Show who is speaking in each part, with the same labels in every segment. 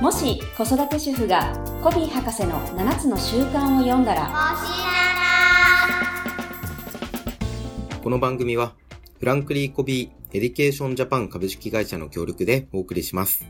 Speaker 1: もし子育て主婦がコビー博士の7つの習慣を読んだら
Speaker 2: この番組は、フランクリー・コビー・エディケーション・ジャパン株式会社の協力でお送りします。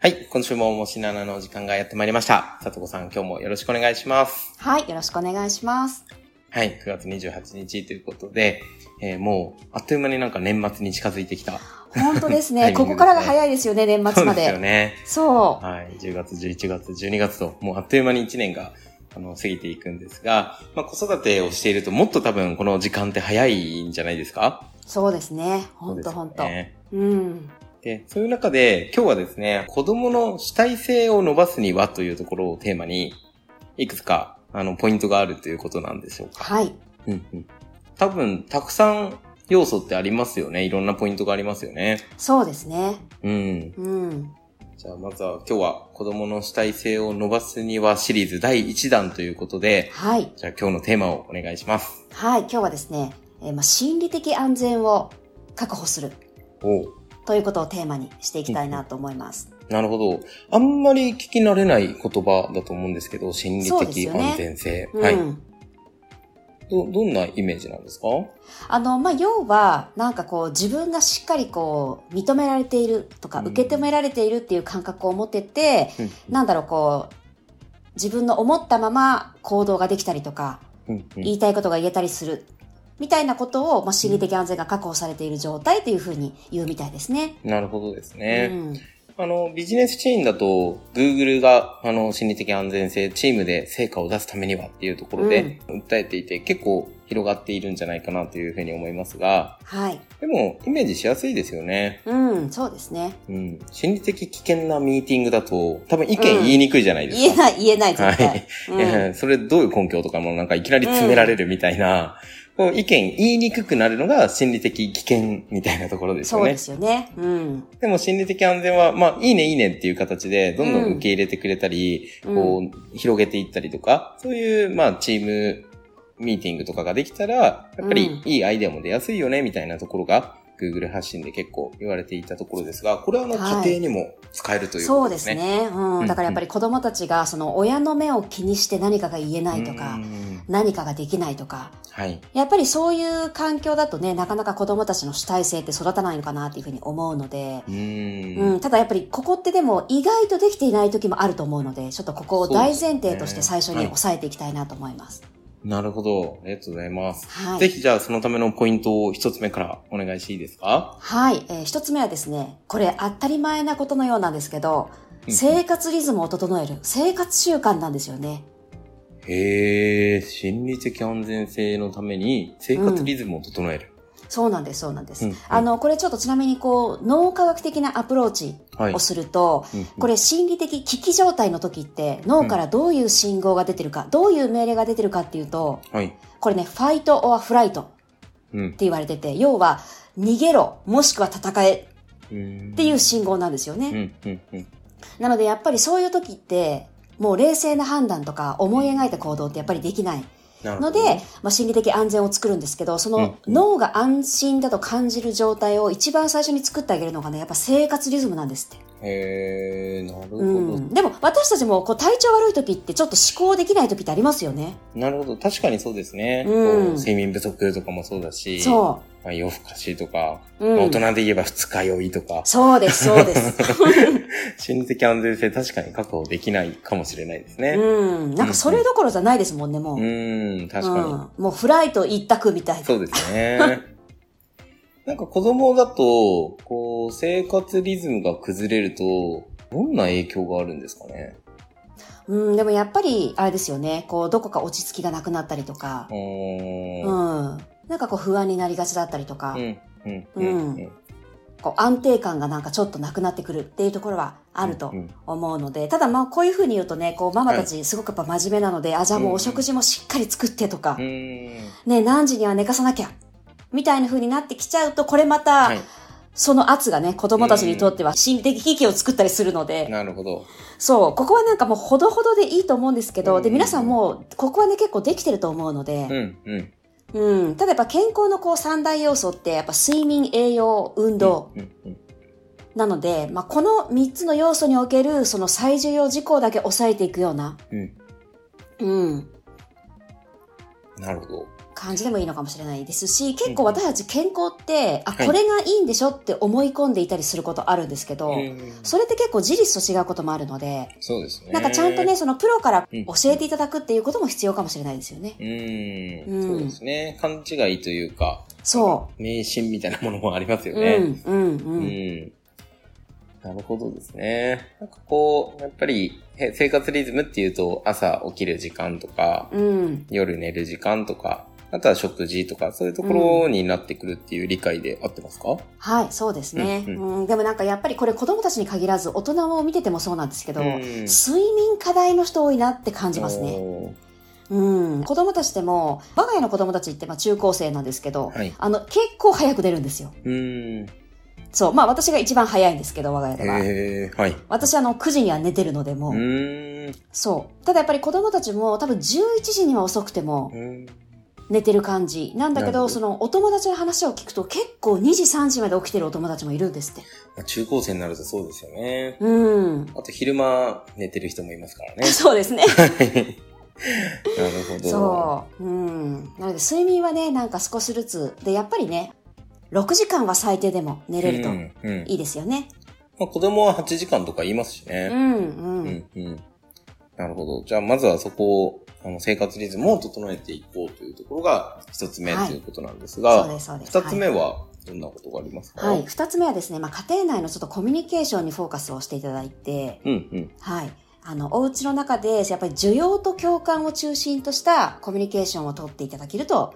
Speaker 2: はい、今週ももしななの時間がやってまいりました。さとこさん、今日もよろしくお願いします。
Speaker 1: はいよろしくお願いします
Speaker 2: はい、9月28日ということで、えーもう、あっという間になんか年末に近づいてきた。
Speaker 1: 本当 です
Speaker 2: タ
Speaker 1: ね
Speaker 2: イミングですね
Speaker 1: ここからが早いですよね年末
Speaker 2: そう
Speaker 1: ま
Speaker 2: です
Speaker 1: で
Speaker 2: よね。
Speaker 1: そう
Speaker 2: はい、10月、11月、12月と、もうあっという間に1年が、あの、過ぎていくんですが、まあ、子育てをしているともっと多分この時間って早いんじゃないですか
Speaker 1: そうですね
Speaker 2: そう
Speaker 1: 本
Speaker 2: で
Speaker 1: 当
Speaker 2: すよ
Speaker 1: 本当
Speaker 2: ね
Speaker 1: うん
Speaker 2: で、そういう中で今日はですね、子供の主体性を伸ばすにはというところをテーマに、いくつか、あの、ポイントがあるということなんでしょうか。
Speaker 1: はい
Speaker 2: うんうん。多分、たくさん要素ってありますよね。いろんなポイントがありますよね。
Speaker 1: そうですね
Speaker 2: うん。
Speaker 1: うん
Speaker 2: じゃあ、まずは今日は子供の主体性を伸ばすにはシリーズ第1弾ということで、
Speaker 1: はい
Speaker 2: じゃあ今日のテーマをお願いします。
Speaker 1: はい今日はですね、えーまあ、心理的安全を確保する
Speaker 2: おう
Speaker 1: ということをテーマにしていきたいなと思います
Speaker 2: なるほど。あんまり聞き慣れない言葉だと思うんですけど、心理
Speaker 1: そうです
Speaker 2: 的
Speaker 1: よね
Speaker 2: 安全性。
Speaker 1: うん、
Speaker 2: はい。ど、どんなイメージなんですか
Speaker 1: あの、まあ、要は、なんかこう、自分がしっかりこう、認められているとか、
Speaker 2: うん
Speaker 1: 受け止められているっていう感覚を持ってて、なんだろう、こう、自分の思ったまま行動ができたりとか、
Speaker 2: うんうん
Speaker 1: 言いたいことが言えたりする、みたいなことを、まあ、心理的安全が確保されている状態というふうに言うみたいですね。
Speaker 2: なるほどです
Speaker 1: う
Speaker 2: ね。
Speaker 1: ん、
Speaker 2: あの、ビジネスチェーンだと、Google が、あの、心理的安全性、チームで成果を出すためにはっていうところで、訴えていて、結構広がっているんじゃないかなというふうに思いますが、
Speaker 1: はい。
Speaker 2: でも、イメージしやすいですよね。
Speaker 1: うん、そうですね。
Speaker 2: うん。心理的危険なミーティングだと、多分意見言いにくいじゃないです
Speaker 1: 言
Speaker 2: か。
Speaker 1: えない、言えない、絶
Speaker 2: は
Speaker 1: 対
Speaker 2: い。。えーそれどういう根拠とかもなんかいきなり詰められるみたいな、こう意見言いにくくなるのが心理的危険みたいなところ
Speaker 1: うん、
Speaker 2: です
Speaker 1: そ
Speaker 2: よ
Speaker 1: う
Speaker 2: ね
Speaker 1: で。すよね。うん。
Speaker 2: でも心理的安全は、まあ、いいねいいねっていう形で、どんどん受け入れてくれたり、
Speaker 1: うん
Speaker 2: こう、広げていったりとか、そういう、まあ、チームミーティングとかができたら、やっぱり
Speaker 1: う
Speaker 2: いいアイデアも出やすいよね、みたいなところが、Google 発信で結構言われていたところですが、これはあの、
Speaker 1: はい
Speaker 2: 家庭にも使えるというこ
Speaker 1: そう
Speaker 2: と
Speaker 1: で
Speaker 2: です
Speaker 1: す
Speaker 2: ね。
Speaker 1: ね、
Speaker 2: う
Speaker 1: うんん、だからやっぱり子供たちがその親の目を気にして何かが言えないと
Speaker 2: う
Speaker 1: か、
Speaker 2: ん
Speaker 1: 何かができないとか
Speaker 2: はい。
Speaker 1: やっぱりそういう環境だとねなかなか子供たちの主体性って育たないのかなっていうふうに思うので、
Speaker 2: うん
Speaker 1: うんただやっぱりここってでも意外とできていない時もあると思うのでちょっとここを大前提として最初に押さえていきたいなと思います。
Speaker 2: なるほど。ありがとうございます。
Speaker 1: はい、
Speaker 2: ぜひじゃあそのためのポイントを一つ目からお願いしていいですか
Speaker 1: はい、えー一つ目はですね、これ当たり前なことのようなんですけど、
Speaker 2: うん
Speaker 1: 生活リズムを整える生活習慣なんですよね。
Speaker 2: へえ、心理的安全性のために生活リズムを整える。
Speaker 1: そうなんです、そうなんです。
Speaker 2: うんうん
Speaker 1: あの、これちょっとちなみにこう、脳科学的なアプローチ
Speaker 2: はい
Speaker 1: を。すると、
Speaker 2: うんうん
Speaker 1: これ心理的危機状態の時って脳からどういう信号が出てるか、どういう命令が出てるかっていうと、
Speaker 2: はい。
Speaker 1: これね、ファイトオアフライトって
Speaker 2: うん。
Speaker 1: 言われてて、要は逃げろ、もしくは戦え
Speaker 2: っ
Speaker 1: っていう信号なんですよね。
Speaker 2: うん、うん、うん。
Speaker 1: なのでやっぱりそういう時って、もう冷静な判断とか思い描いた行動ってやっぱりできない
Speaker 2: なるほ
Speaker 1: の
Speaker 2: ど
Speaker 1: で、まあ、心理的安全を作るんですけど、その
Speaker 2: うん
Speaker 1: 脳が安心だと感じる状態を一番最初に作ってあげるのがね、やっぱ生活リズムなんですって。
Speaker 2: へえ、なるほど、
Speaker 1: うん。でも私たちもこう体調悪い時ってちょっと思考できない時ってありますよね。
Speaker 2: なるほど。確かにそうですね。
Speaker 1: うん
Speaker 2: こ睡眠不足とかもそうだし、
Speaker 1: そ
Speaker 2: まあ、夜更かしとか、
Speaker 1: う。う
Speaker 2: まあ
Speaker 1: ん
Speaker 2: 大。人で言えば二日酔いとか、
Speaker 1: そうです、そう です。
Speaker 2: 心理的安全性確かに確保できないかもしれないですね。
Speaker 1: うん。なんかそれどころじゃないですもんね、もう。
Speaker 2: う
Speaker 1: うん
Speaker 2: ん、確かに。
Speaker 1: もうフライト一択みたいな。
Speaker 2: そうですね。なんか子供だと、こう、生活リズムが崩れると、どんな影響があるんですかね
Speaker 1: うん、でもやっぱり、あれですよね、こう、どこか落ち着きがなくなったりとか
Speaker 2: う、ー
Speaker 1: うん。
Speaker 2: ん。
Speaker 1: なんかこう不安になりがちだったりとか、
Speaker 2: うん。うん。うん。うん
Speaker 1: こう安定感がなんかちょっとなくなってくるっていうところはあると
Speaker 2: うんうん
Speaker 1: 思うので、ただまあこういうふうに言うとね、こうママたちすごくやっぱ真面目なので、あ、じゃあもうお食事もしっかり作ってとか
Speaker 2: う、ーん。
Speaker 1: ね、何時には寝かさなきゃ、みたいな風になってきちゃうと、これまた、
Speaker 2: はい。
Speaker 1: その圧がね、子供たちにとっては心理的危機を作ったりするので、
Speaker 2: なるほど。
Speaker 1: そう、ここはなんかもうほどほどでいいと思うんですけ
Speaker 2: う
Speaker 1: ど、
Speaker 2: ん
Speaker 1: で、皆さんもう、ここはね、結構できてると思うの
Speaker 2: う
Speaker 1: で、
Speaker 2: ん。うん。
Speaker 1: うん、ただやっぱ健康のこう三大要素って、やっぱ睡眠、栄養、運動
Speaker 2: うん。うん。
Speaker 1: なので、まあ、この3つの要素におけるその最重要事項だけ抑えていくような、
Speaker 2: うん。
Speaker 1: うん、
Speaker 2: なるほど。
Speaker 1: 感じでもいいのかもしれないですし、結構私たち健康って、あ、
Speaker 2: はい
Speaker 1: これがいいんでしょって思い込んでいたりすることあるんですけど、
Speaker 2: うん
Speaker 1: それって結構自立と違うこともあるので、
Speaker 2: そうですね。
Speaker 1: なんかちゃんとね、そのプロから
Speaker 2: うん
Speaker 1: 教えていただくっていうことも必要かもしれないですよね。う
Speaker 2: う
Speaker 1: ん
Speaker 2: ん。そうですね。勘違いというか、
Speaker 1: そ
Speaker 2: 迷信みたいなものもあります
Speaker 1: う。
Speaker 2: よね。
Speaker 1: うん、うん、う。
Speaker 2: うんん。なるほどですね。なんかこう、やっぱりへ生活リズムっていうと朝起きる時間とか、
Speaker 1: うん、
Speaker 2: 夜寝る時間とか、あとは食事とか、そういうところになってくるっていう理解で合ってますか
Speaker 1: はい、そうですね、
Speaker 2: う
Speaker 1: うんんでもなんかやっぱりこれ子供たちに限らず大人を見ててもそうなんですけど、
Speaker 2: うん
Speaker 1: 睡眠課題の人多いなって感じますね。
Speaker 2: お
Speaker 1: うん。子供たちでも、我が家の子供たちってまあ中高生なんですけど、
Speaker 2: ーはい。
Speaker 1: あの、結構早く出るんですよ。
Speaker 2: うん。
Speaker 1: そう。まあ私が一番早いんですけど、我が家では。
Speaker 2: へーはい。
Speaker 1: 私あの、9時には寝てるのでも
Speaker 2: う
Speaker 1: う、
Speaker 2: ーん。
Speaker 1: そう。ただやっぱり子供たちも多分11時には遅くても
Speaker 2: うん
Speaker 1: 寝てる感じ。なんだけ
Speaker 2: なるほ
Speaker 1: ど、
Speaker 2: ど
Speaker 1: そのお友達の話を聞くと結構2時3時まで起きてるお友達もいるんですって。
Speaker 2: まあ中高生になるとそうですよね。
Speaker 1: うん。
Speaker 2: あと昼間寝てる人もいま すからね。
Speaker 1: そうですね。
Speaker 2: なるほど。
Speaker 1: そう。うん。なので睡眠はね、なんか少しずつ。で、やっぱりね、6時間は最低でも寝れると
Speaker 2: うんうん
Speaker 1: いいですよね。
Speaker 2: まあ、子供は8時間とか言いますし
Speaker 1: うん、
Speaker 2: ね。
Speaker 1: う
Speaker 2: う
Speaker 1: ん。
Speaker 2: ん、うん。なるほど。じゃあ、まずはそこを、あの、生活リズムを整えていこうというところが一つ目
Speaker 1: はい
Speaker 2: ということなんです
Speaker 1: そう
Speaker 2: が、
Speaker 1: です、そうです。
Speaker 2: 二、つ目はどんなことがありますか
Speaker 1: はい。。二つ目はですね、まあ、家庭内のちょっとコミュニケーションにフォーカスをしていただいて、
Speaker 2: うん、うん。
Speaker 1: はい。あの、お家の中で、やっぱり需要と共感を中心としたコミュニケーションをとっていただけると、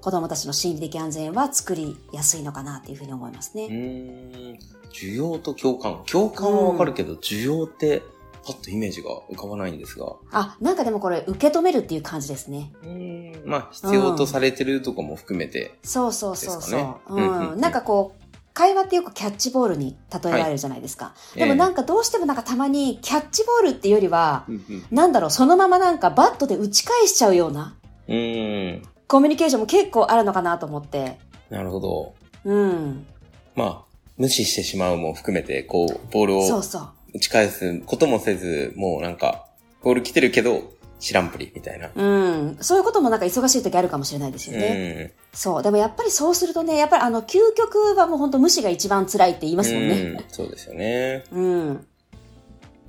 Speaker 1: 子供たちの心理的安全は作りやすいのかなというふうに思います
Speaker 2: う
Speaker 1: ね。
Speaker 2: ーん。需要と共感。共感はわかるけど、需要って、パッとイメージが浮かばないんですが。
Speaker 1: あ、なんかでもこれ、受け止めるっていう感じですね。
Speaker 2: うん。まあ、必要とされてるとかも含めて。
Speaker 1: そうそうそうそう。
Speaker 2: ですかねうんうんう
Speaker 1: うんん。なんかこう、会話ってよくキャッチボールに例えられるじゃないですか。でもなんかどうしてもなんかたまにキャッチボールっていうよりは、
Speaker 2: ええ、うん、
Speaker 1: なんだろう、そのままなんかバットで打ち返しちゃうような
Speaker 2: うん。うん。
Speaker 1: コミュニケーションも結構あるのかなと思って。
Speaker 2: なるほど。
Speaker 1: うん。
Speaker 2: まあ、無視してしまうも含めて、こう、ボール
Speaker 1: そ
Speaker 2: を
Speaker 1: うそう。
Speaker 2: 打ち返すこともせず、もうなんか、ボール来てるけど、知らんぷり、みたいな。
Speaker 1: うん。そういうこともなんか忙しい時あるかもしれないですよね。そう。でもやっぱりそうするとね、やっぱりあの、究極はもう本当無視が一番辛いって言いま
Speaker 2: うん
Speaker 1: すもんね。
Speaker 2: うんそうですよね。
Speaker 1: うん。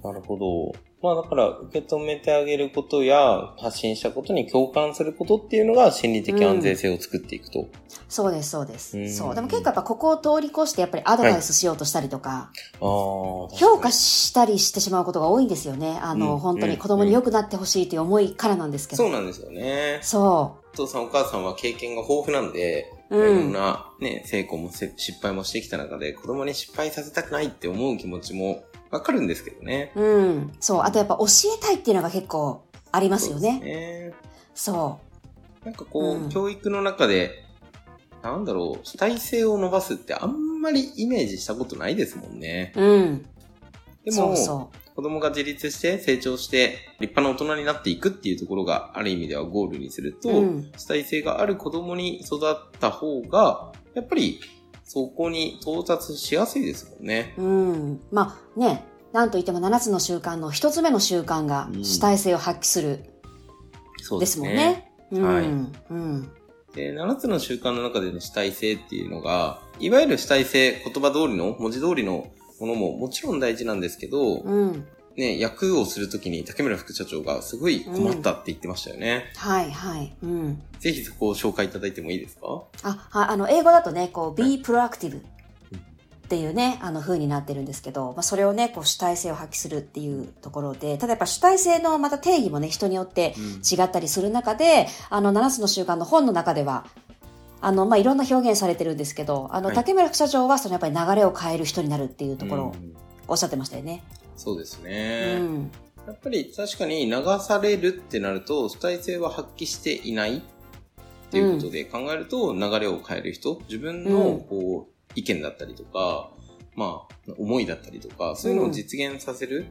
Speaker 2: なるほど。まあだから、受け止めてあげることや、発信したことに共感することっていうのが、心理的安全性を作っていくと。
Speaker 1: そうです、そうで
Speaker 2: うん
Speaker 1: す。そう。でも結構やっぱここを通り越してやっぱりアドバイスしようとしたりとか、
Speaker 2: ああ。
Speaker 1: 評価
Speaker 2: し
Speaker 1: したりしてしまうことが多いんですよね。あの、
Speaker 2: うん
Speaker 1: 本当
Speaker 2: うん
Speaker 1: に子供に良くなってほしいという思いからなんですけど。
Speaker 2: そうなんですよね。
Speaker 1: そ
Speaker 2: お父さんお母さんは経験が豊富なんで、
Speaker 1: うん
Speaker 2: いろんなね、成功もせ失敗もしてきた中で、子供に失敗させたくないって思う気持ちもわかるんですけどね。
Speaker 1: う。うん。そう。あとやっぱ教えたいっていうのが結構ありますよ
Speaker 2: そう
Speaker 1: ね。
Speaker 2: ですね
Speaker 1: そ
Speaker 2: なんかこう、
Speaker 1: うん
Speaker 2: 教育の中で、なんだろう、主体性を伸ばすってあんまりイメージしたことないですもんね。
Speaker 1: う。うん。
Speaker 2: で
Speaker 1: そ
Speaker 2: も、
Speaker 1: うそ
Speaker 2: 子供が自立して成長して立派な大人になっていくっていうところがある意味ではゴールにすると、
Speaker 1: う。うん。
Speaker 2: 主体性がある子供に育った方が、やっぱりそこに到達しやすいですもんね。
Speaker 1: うん。まあね、なんといっても7つの習慣の1つ目の習慣が
Speaker 2: うん
Speaker 1: 主体性を発揮する
Speaker 2: そう
Speaker 1: ですもんね。うん。
Speaker 2: はい
Speaker 1: うん。
Speaker 2: で7つの習慣の中での主体性っていうのが、いわゆる主体性、言葉通りの、文字通りのものももちろん大事なんですけど、
Speaker 1: うん。
Speaker 2: ね、役をするときに竹村副社長がすごい困ったって言ってましたよね。
Speaker 1: はいはい。うん。
Speaker 2: ぜひそこを紹介いただいてもいいですか
Speaker 1: あ、はあの、英語だとね、こう、be proactive っていうね、あの、風になってるんですけど、まあ、それをね、こう、主体性を発揮するっていうところで、ただやっぱ主体性のまた定義もね、人によって違ったりする中で、あの、7つの習慣の本の中では、あの、まあ、いろんな表現されてるんですけど、あの、
Speaker 2: はい
Speaker 1: 竹村副社長は、そのやっぱり流れを変える人になるっていうところを
Speaker 2: うん
Speaker 1: おっしゃってましたよね。
Speaker 2: そうです
Speaker 1: う
Speaker 2: ね。
Speaker 1: ん。
Speaker 2: やっぱり確かに流されるってなると主体性は発揮していないっていうことで考えると流れを変える人自分
Speaker 1: う
Speaker 2: の
Speaker 1: ん
Speaker 2: こう意見だったりとか、まあ思いだったりとかそういうのを実現させる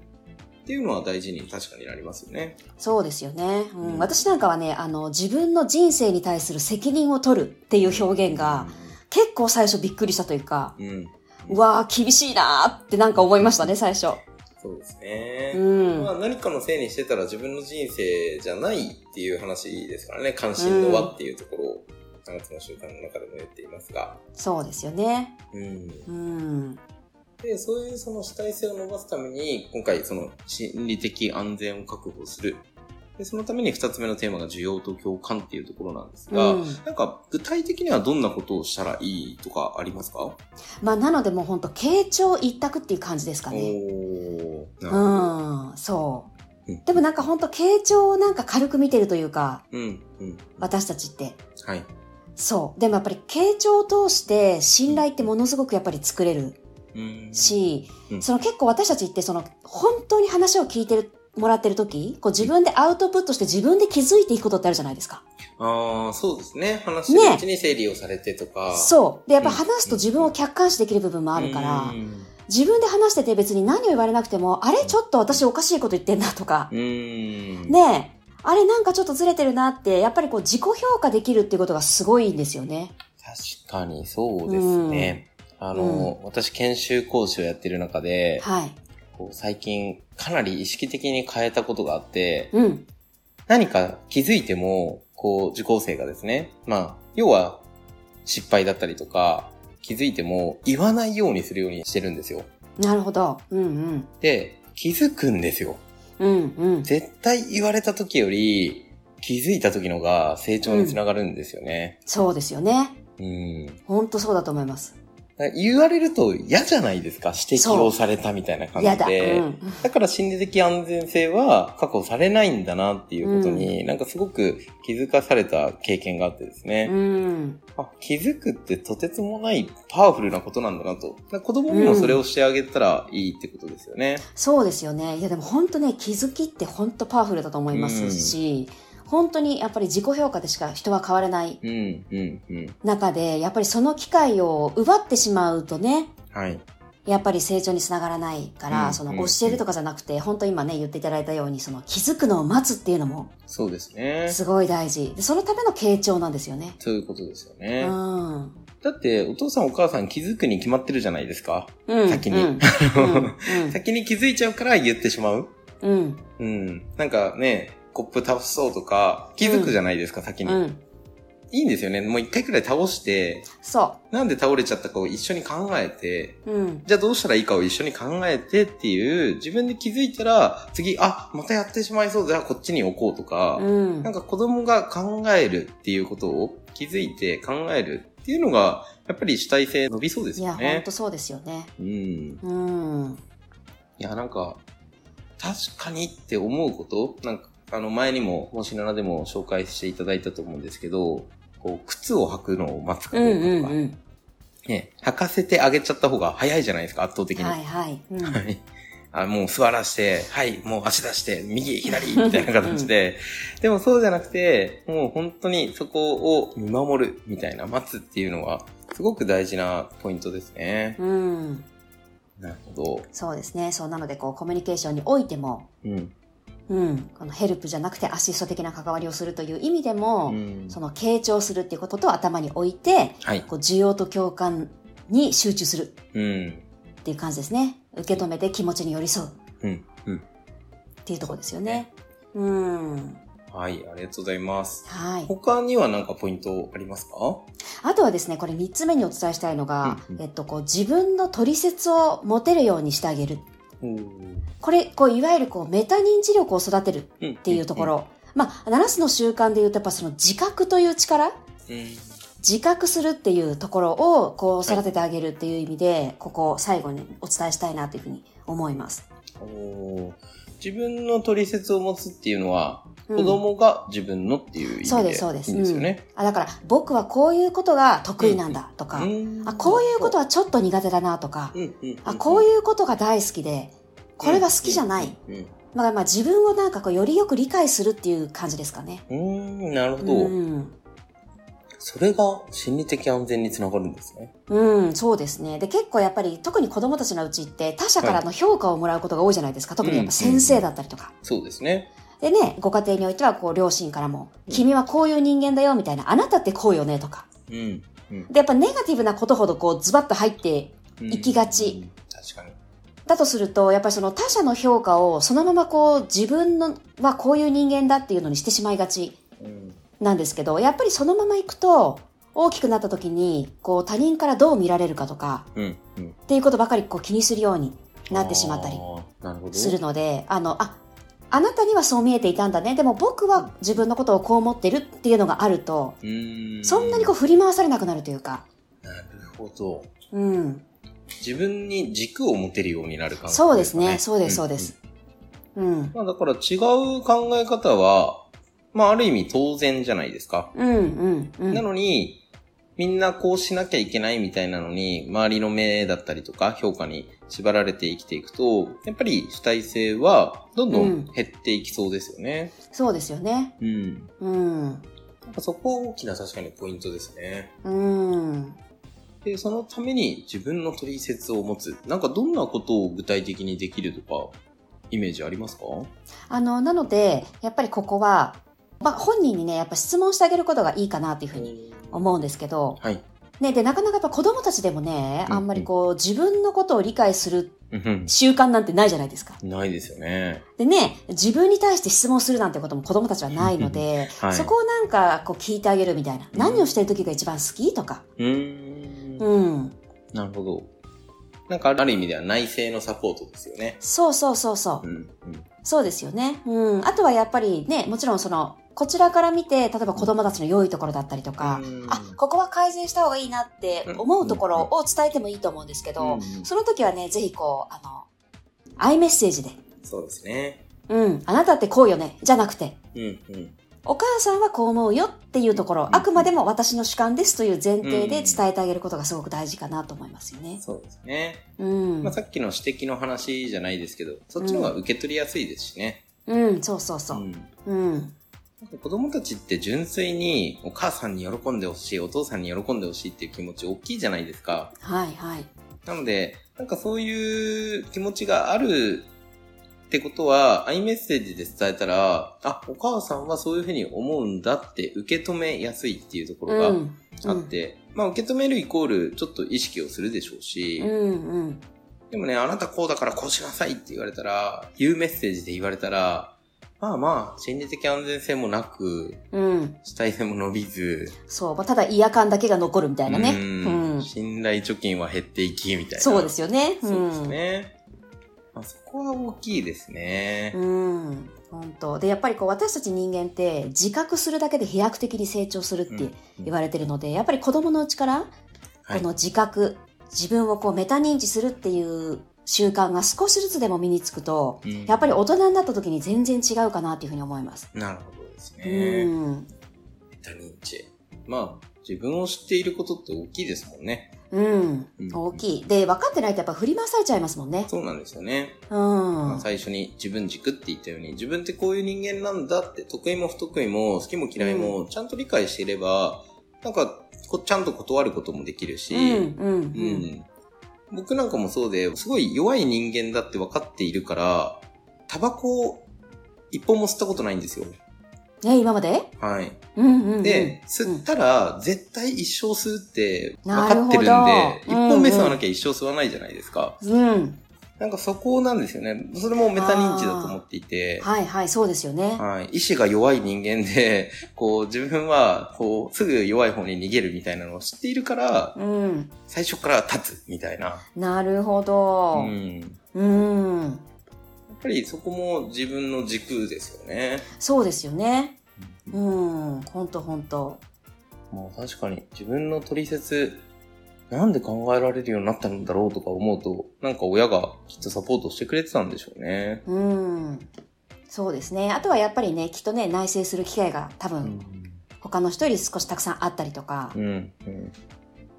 Speaker 2: っていうのは大事に確かになりますよね。
Speaker 1: そうですよね。う
Speaker 2: うん
Speaker 1: ん。私なんかはね、あの、自分の人生に対する責任を取るっていう表現が、結構最初びっくりしたというか、
Speaker 2: うん、
Speaker 1: うわー、厳しいなーってなんか思いましたね、最初。
Speaker 2: そうですね。
Speaker 1: うん
Speaker 2: まあ何かのせいにしてたら自分の人生じゃないっていう話ですからね、関心度はっていうところを、7つの習慣の中でも言っていますが。
Speaker 1: そうですよね。
Speaker 2: うん。
Speaker 1: うん。
Speaker 2: で、そういうその主体性を伸ばすために、今回その心理的安全を確保する。で、そのために二つ目のテーマが需要と共感っていうところなんですが、
Speaker 1: うん
Speaker 2: なんか具体的にはどんなことをしたらいいとかありますか
Speaker 1: まあ、なのでもう本当傾聴一択っていう感じですかね。
Speaker 2: おー。なるほど。
Speaker 1: うん、そう
Speaker 2: うん。
Speaker 1: でもなんか本当傾聴をなんか軽く見てるというか、
Speaker 2: うん、うん。
Speaker 1: 私たちって。
Speaker 2: はい。
Speaker 1: そう。でもやっぱり傾聴を通して信頼ってものすごくやっぱり作れる
Speaker 2: うん
Speaker 1: し、
Speaker 2: うん
Speaker 1: その結構私たちってその本当に話を聞いてるもらってる時、こう自分でアウトプットして自分で気づいていくことってあるじゃないですか。
Speaker 2: ああ、そうですね。話してるうちに整理をされてとか。
Speaker 1: そう。で、やっぱ
Speaker 2: うん
Speaker 1: 話すと自分を客観視できる部分もあるから、
Speaker 2: うん。
Speaker 1: 自分で話してて別に何を言われなくても、あれちょっと私おかしいこと言ってんなとか、
Speaker 2: うん。
Speaker 1: ねえ、あれなんかちょっとずれてるなって、やっぱりこう自己評価できるっていうことがすごいんですよね。
Speaker 2: 確かにそうですね。あの、私研修講師をやってる中で、
Speaker 1: はい。
Speaker 2: こう最近かなり意識的に変えたことがあって、
Speaker 1: うん。
Speaker 2: 何か気づいても、こう、受講生がですね、まあ、要は、失敗だったりとか、気づいても言わないようにするようにしてるんですよ。
Speaker 1: なるほど。うん
Speaker 2: で、気づくんですよ。
Speaker 1: うん。うんうん。
Speaker 2: 絶対言われた時より、気づいた時のが成長につながるんですよね。
Speaker 1: そうですよね。
Speaker 2: うん。
Speaker 1: ほんとそうだと思います。
Speaker 2: だから言われると嫌じゃないですか。指摘をされたみたいな感
Speaker 1: や
Speaker 2: じ
Speaker 1: だ。う
Speaker 2: で。
Speaker 1: ん。
Speaker 2: だから心理的安全性は確保されないんだなっていうことに、なんかすごく気づかされた経験があってですね、
Speaker 1: うん。
Speaker 2: あ気づくってとてつもないパワフルなことなんだなと。だから子供にもそれをしてあげたらいいってことですよね。
Speaker 1: そうですよね。いやでも本当ね、気づきって本当パワフルだと思いますし、本当にやっぱり自己評価でしか人は変われない
Speaker 2: うん、うん、うん。
Speaker 1: 中で、やっぱりその機会を奪ってしまうとね、
Speaker 2: はい。
Speaker 1: やっぱり成長につながらないから、
Speaker 2: うん
Speaker 1: そうの
Speaker 2: ん
Speaker 1: 教えるとかじゃなくて、本当今ね、言っていただいたように、その気づくのを待つっていうのも
Speaker 2: そうですね。
Speaker 1: すごい大事。でそのための傾聴なんですよね。
Speaker 2: そういうことですよ
Speaker 1: う
Speaker 2: ね。
Speaker 1: ん。うん。
Speaker 2: だって、お父さんお母さん気づくに決まってるじゃないですか。先に
Speaker 1: うん
Speaker 2: 先に気づいちゃうから言ってしまう。
Speaker 1: うん。うん。
Speaker 2: うん。なんかね、コップ倒そうとか、気づくじゃないですか、先
Speaker 1: う
Speaker 2: に。
Speaker 1: ん。うん
Speaker 2: いいんですよね。もう一回くらい倒して、
Speaker 1: そ
Speaker 2: なんで倒れちゃったかを一緒に考えて、
Speaker 1: う。うん。
Speaker 2: じゃあどうしたらいいかを一緒に考えてっていう、自分で気づいたら、次、あ、またやってしまいそう、じゃあこっちに置こうとか、
Speaker 1: うん
Speaker 2: なん。か子供が考えるっていうことを気づいて考えるっていうのが、やっぱり主体性伸びそうで
Speaker 1: い
Speaker 2: すよ
Speaker 1: や、本
Speaker 2: ね。
Speaker 1: 当そうですよね。
Speaker 2: うん。
Speaker 1: うん。
Speaker 2: いや、なんか、確かにって思うことなんか、あの、前にも、もしならでも紹介していただいたと思うんですけど、こう、靴を履くのを待つか
Speaker 1: う
Speaker 2: どうか
Speaker 1: ん
Speaker 2: とか、
Speaker 1: うんうん。
Speaker 2: ね、履かせてあげちゃった方が早いじゃないですか、圧倒的に。
Speaker 1: はいはい。うん
Speaker 2: はいあもう座らして、はい、もう足出して、右、左、みたいな形で、でもそうじゃなくて、もう本当にそこを見守る、みたいな、待つっていうのは、すごく大事なポイントですね。
Speaker 1: うん。
Speaker 2: なるほ
Speaker 1: そうですね。そうなので、こう、コミュニケーションにおいても、
Speaker 2: ど。うん。
Speaker 1: うん。このヘルプじゃなくてアシスト的な関わりをするという意味でも、
Speaker 2: うん
Speaker 1: その傾聴するっていうことと頭に置いて、
Speaker 2: はい。
Speaker 1: こう、需要と共感に集中する
Speaker 2: うん。
Speaker 1: っていう感じですね。受け止めて気持ちに寄り添うっ
Speaker 2: うん。うん。
Speaker 1: ていうところですよね。うん。
Speaker 2: はい、ありがとうございます。
Speaker 1: はい。
Speaker 2: 他には何かポイントありますか
Speaker 1: あとはですね、これ3つ目にお伝えしたいのが、
Speaker 2: うんうん
Speaker 1: えっと、こう、自分の取説を持てるようにしてあげる。これ、こう、いわゆるこう、メタ認知力を育てるっ
Speaker 2: って
Speaker 1: いうとこ。ろ。まあ、7つの習慣で言うと、やっぱその自覚という力
Speaker 2: うん
Speaker 1: 自覚するっていうところを、こう、育ててあげるっていう意味で、ここを最後にお伝えしたいなというふうに思います。
Speaker 2: おー自分の取説を持つっていうのは、
Speaker 1: うん
Speaker 2: 子供が自分のっていう意味で、
Speaker 1: そうです、そうです。
Speaker 2: いいんですよね。
Speaker 1: うんあ、だから、僕はこういうことが得意なんだとか、あ、こういうこと
Speaker 2: は、
Speaker 1: はちょっと苦手だなとか、
Speaker 2: うんうんうんうん、
Speaker 1: あ、こう
Speaker 2: う
Speaker 1: いうことが大好きで、これは好きじゃない。
Speaker 2: ん。うん
Speaker 1: まあまあ自分をなんかこうよりよく理解するっていう感じですかね。
Speaker 2: うん、うんなるほど、
Speaker 1: うん。
Speaker 2: それが心理的安全につながるんですね。
Speaker 1: うん、そうですね。で、結構やっぱり特に子供たちのうちって他者からの評価をもらうことが多いじゃないですか。特にやっぱ先生だったりとか。
Speaker 2: そうですね。
Speaker 1: でね、ご家庭においてはこう両親からも、
Speaker 2: うん
Speaker 1: 君はこういう人間だよみたいな、あなたってこうよねとか。
Speaker 2: うん。うん。
Speaker 1: で、やっぱネガティブなことほどこうズバッと入って行きがち。
Speaker 2: 確かに。
Speaker 1: だとすると、やっぱりその他者の評価をそのままこう自分のはこういう人間だっていうのにしてしまいがち
Speaker 2: うん。
Speaker 1: なんですけど、やっぱりそのまま行くと、大きくなった時に、こう他人からどう見られるかとか、
Speaker 2: うん。うん。
Speaker 1: っていうことばかりこう気にするようになってしまったり
Speaker 2: あー。なるほど。
Speaker 1: するので、あの、あ、あなたにはそう見えていたんだね。でも僕は自分のことをこう思ってるっていうのがあると、
Speaker 2: うーん。
Speaker 1: そんなにこう振り回されなくなるというか、
Speaker 2: う。なるほど。
Speaker 1: うん。
Speaker 2: 自分に軸を持てるようになる感覚、
Speaker 1: そうですね。そうです、そうで
Speaker 2: ん。
Speaker 1: す。うん。
Speaker 2: まあだから違う考え方は、まあある意味当然じゃないですか。
Speaker 1: うん、うん、うん。
Speaker 2: なのに、みんなこうしなきゃいけないみたいなのに、周りの目だったりとか評価に縛られて生きていくと、やっぱり主体性はどんどん減っていきそうですよね。
Speaker 1: そうですよね。
Speaker 2: うん。
Speaker 1: うん。
Speaker 2: やっぱそこ大きな確かにポイントですね。
Speaker 1: うん。
Speaker 2: で、そのために自分の取説を持つ。なんかどんなことを具体的にできるとか、イメージありますか
Speaker 1: あの、なので、やっぱりここは、まあ、本人にね、やっぱ質問してあげることがいいかなっていうふうに思うんですけど、
Speaker 2: はい。
Speaker 1: ね、で、なかなかやっぱ子供たちでもね、
Speaker 2: うん
Speaker 1: あんまりこう、自分のことを理解する
Speaker 2: うん
Speaker 1: 習慣なんてないじゃないですか。
Speaker 2: ないですよね。
Speaker 1: でね、自分に対して質問するなんてことも子供たちはないので、
Speaker 2: はい。
Speaker 1: そこをなんかこう聞いてあげるみたいな。
Speaker 2: うん
Speaker 1: 何をしてる時が一番好きとか。
Speaker 2: うーん。
Speaker 1: うん。
Speaker 2: なるほど。なんかある意味では内政のサポートですよね。
Speaker 1: そうそうそうそう
Speaker 2: う。ん。うん
Speaker 1: そうですよね。うん。あとはやっぱりね、もちろんその、こちらから見て、例えば子供たちの良いところだったりとか、あ、ここは改善した方がいいなって思うところを伝えてもいいと思うんですけど、
Speaker 2: うん
Speaker 1: その時はね、ぜひこう、あの、アイメッセージで、
Speaker 2: そうですね。
Speaker 1: うん、あなたってこうよね、じゃなくて、
Speaker 2: うんうん。
Speaker 1: お母さんはこう思うよっていうところ、あくまでも私の主観ですという前提で伝えてあげることがすごく大事かなと思いますよね。
Speaker 2: そうですね。
Speaker 1: うん
Speaker 2: まあ、。さっきの指摘の話じゃないですけど、そっちの方が受け取りやすいですしね。
Speaker 1: うん、そうそうそうう。
Speaker 2: ん
Speaker 1: うん。
Speaker 2: なんか子供たちって純粋にお母さんに喜んでほしい、お父さんに喜んでほしいっていう気持ち大きいじゃないですか。
Speaker 1: はいはい。
Speaker 2: なので、なんかそういう気持ちがあるってことは、アイメッセージで伝えたら、あ、お母さんはそういうふうに思うんだって受け止めやすいっていうところが
Speaker 1: うん。
Speaker 2: あって、まあ受け止めるイコールちょっと意識をするでしょうし、
Speaker 1: うんうん。
Speaker 2: でもね、あなたこうだからこうしなさいって言われたら、言うメッセージで言われたら、まあまあ、心理的安全性もなく、
Speaker 1: うん。
Speaker 2: 主体性も伸びず、
Speaker 1: そう、まあ、ただ嫌感だけが残るみたいなね。
Speaker 2: う
Speaker 1: うんん。
Speaker 2: 信頼貯金は減っていき、みたいな。
Speaker 1: そうですよね。
Speaker 2: そうですね。まあ、そこは大きいですね。
Speaker 1: うん。うん。本当。で、やっぱりこう私たち人間って自覚するだけで飛躍的に成長するって言われてるので、やっぱり子供のうちから、
Speaker 2: はい
Speaker 1: この自覚、自分をこうメタ認知するっていう習慣が少しずつでも身につくと、
Speaker 2: うん
Speaker 1: やっぱり大人になった時に全然違うかなっていうふうに思います。
Speaker 2: なるほどです
Speaker 1: う
Speaker 2: ね。
Speaker 1: ん。
Speaker 2: 他人知。まあ、自分を知っていることって大きいですもんね。
Speaker 1: うん。大きい。で、分かってないとやっぱ振り回されちゃいますもんね。
Speaker 2: そうなんですよね。
Speaker 1: うん。
Speaker 2: まあ、最初に自分軸って言ったように、自分ってこういう人間なんだって、得意も不得意も、好きも嫌いも、ちゃんと理解していれば、なんか、こちゃんと断ることもできるし、
Speaker 1: うん、うん、うん。
Speaker 2: うん。僕なんかもそうで、すごい弱い人間だって分かっているから、タバコを一本も吸ったことないんですよ。
Speaker 1: ね、今まで
Speaker 2: はい。
Speaker 1: うん、うんうん。
Speaker 2: で、吸ったら絶対一生吸うって分
Speaker 1: なる
Speaker 2: かっ
Speaker 1: ほ
Speaker 2: て
Speaker 1: ど
Speaker 2: るんで、一本目
Speaker 1: うん
Speaker 2: 吸
Speaker 1: うん
Speaker 2: わなきゃ一生吸わないじゃないですか。
Speaker 1: うん。
Speaker 2: なんかそこなんですよね。それもメタ認知だと思っていて、
Speaker 1: はいはい、そうですよね。
Speaker 2: はい。意志が弱い人間で、こう自分は、こう、すぐ弱い方に逃げるみたいなのを知っているから、
Speaker 1: うん。
Speaker 2: 最初から立つみたいな。
Speaker 1: なるほど
Speaker 2: う。ん。
Speaker 1: うん。
Speaker 2: やっぱりそこも自分の軸ですよね。
Speaker 1: そうですよね。うん。ほんとほんと。
Speaker 2: もう確かに自分の取説、なんで考えられるようになったんだろうとか思うと、なんか親がきっとサポートしてくれてたんでしょうね。
Speaker 1: うん。そうですね。あとはやっぱりね、きっとね、内省する機会が多
Speaker 2: う
Speaker 1: 分、他の人より少したくさんあったりとか、
Speaker 2: うん、うん。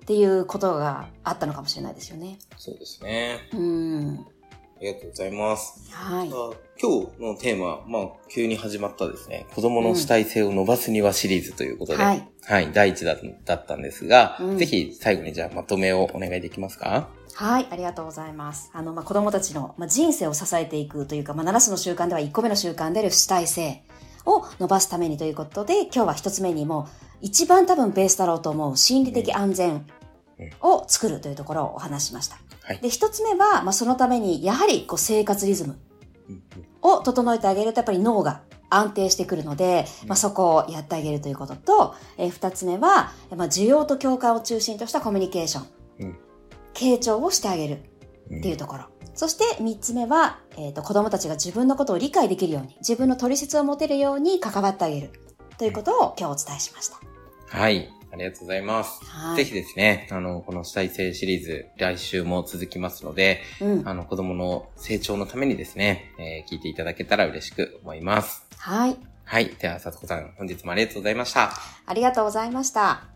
Speaker 1: っていうことがあったのかもしれないですよね。
Speaker 2: そうですね。
Speaker 1: うん。
Speaker 2: ありがとうございます。
Speaker 1: はい
Speaker 2: さ。あ今日のテーマ、まあ、急に始まったですね。子供の主体性を伸ばすにはシリーズということで、
Speaker 1: は
Speaker 2: はい、
Speaker 1: い。
Speaker 2: 第一弾だったんですが、
Speaker 1: うん
Speaker 2: ぜひ最後にじゃあまとめをお願いできますか
Speaker 1: はい、ありがとうございます。あの、まあ、子供たちの、まあ、人生を支えていくというか、まあ、7つの習慣では1個目の習慣である主体性を伸ばすためにということで、今日は1つ目にもう、一番多分ベースだろうと思う心理的安全を作るというところをお話しました。
Speaker 2: はい
Speaker 1: で、一つ目は、まあ、そのために、やはり、こう、生活リズム
Speaker 2: うん
Speaker 1: を整えてあげると、やっぱり脳が安定してくるので、
Speaker 2: うん
Speaker 1: まあ、そこをやってあげるということと、えー二つ目は、まあ、需要と共感を中心としたコミュニケーション。
Speaker 2: うん
Speaker 1: 傾聴をしてあげる
Speaker 2: うん
Speaker 1: っていうところ。そして三つ目は、えっ、と、子供たちが自分のことを理解できるように、自分の取説を持てるように関わってあげる。ということを今日お伝えしました。
Speaker 2: はい。ありがとうございます。
Speaker 1: はい。
Speaker 2: ぜひですね、あの、この主体性シリーズ、来週も続きますので、
Speaker 1: うん。
Speaker 2: あの、子供の成長のためにですね、えー聞いていただけたら嬉しく思います。
Speaker 1: はい。
Speaker 2: はい。では、さつこさん、本日もありがとうございました。
Speaker 1: ありがとうございました。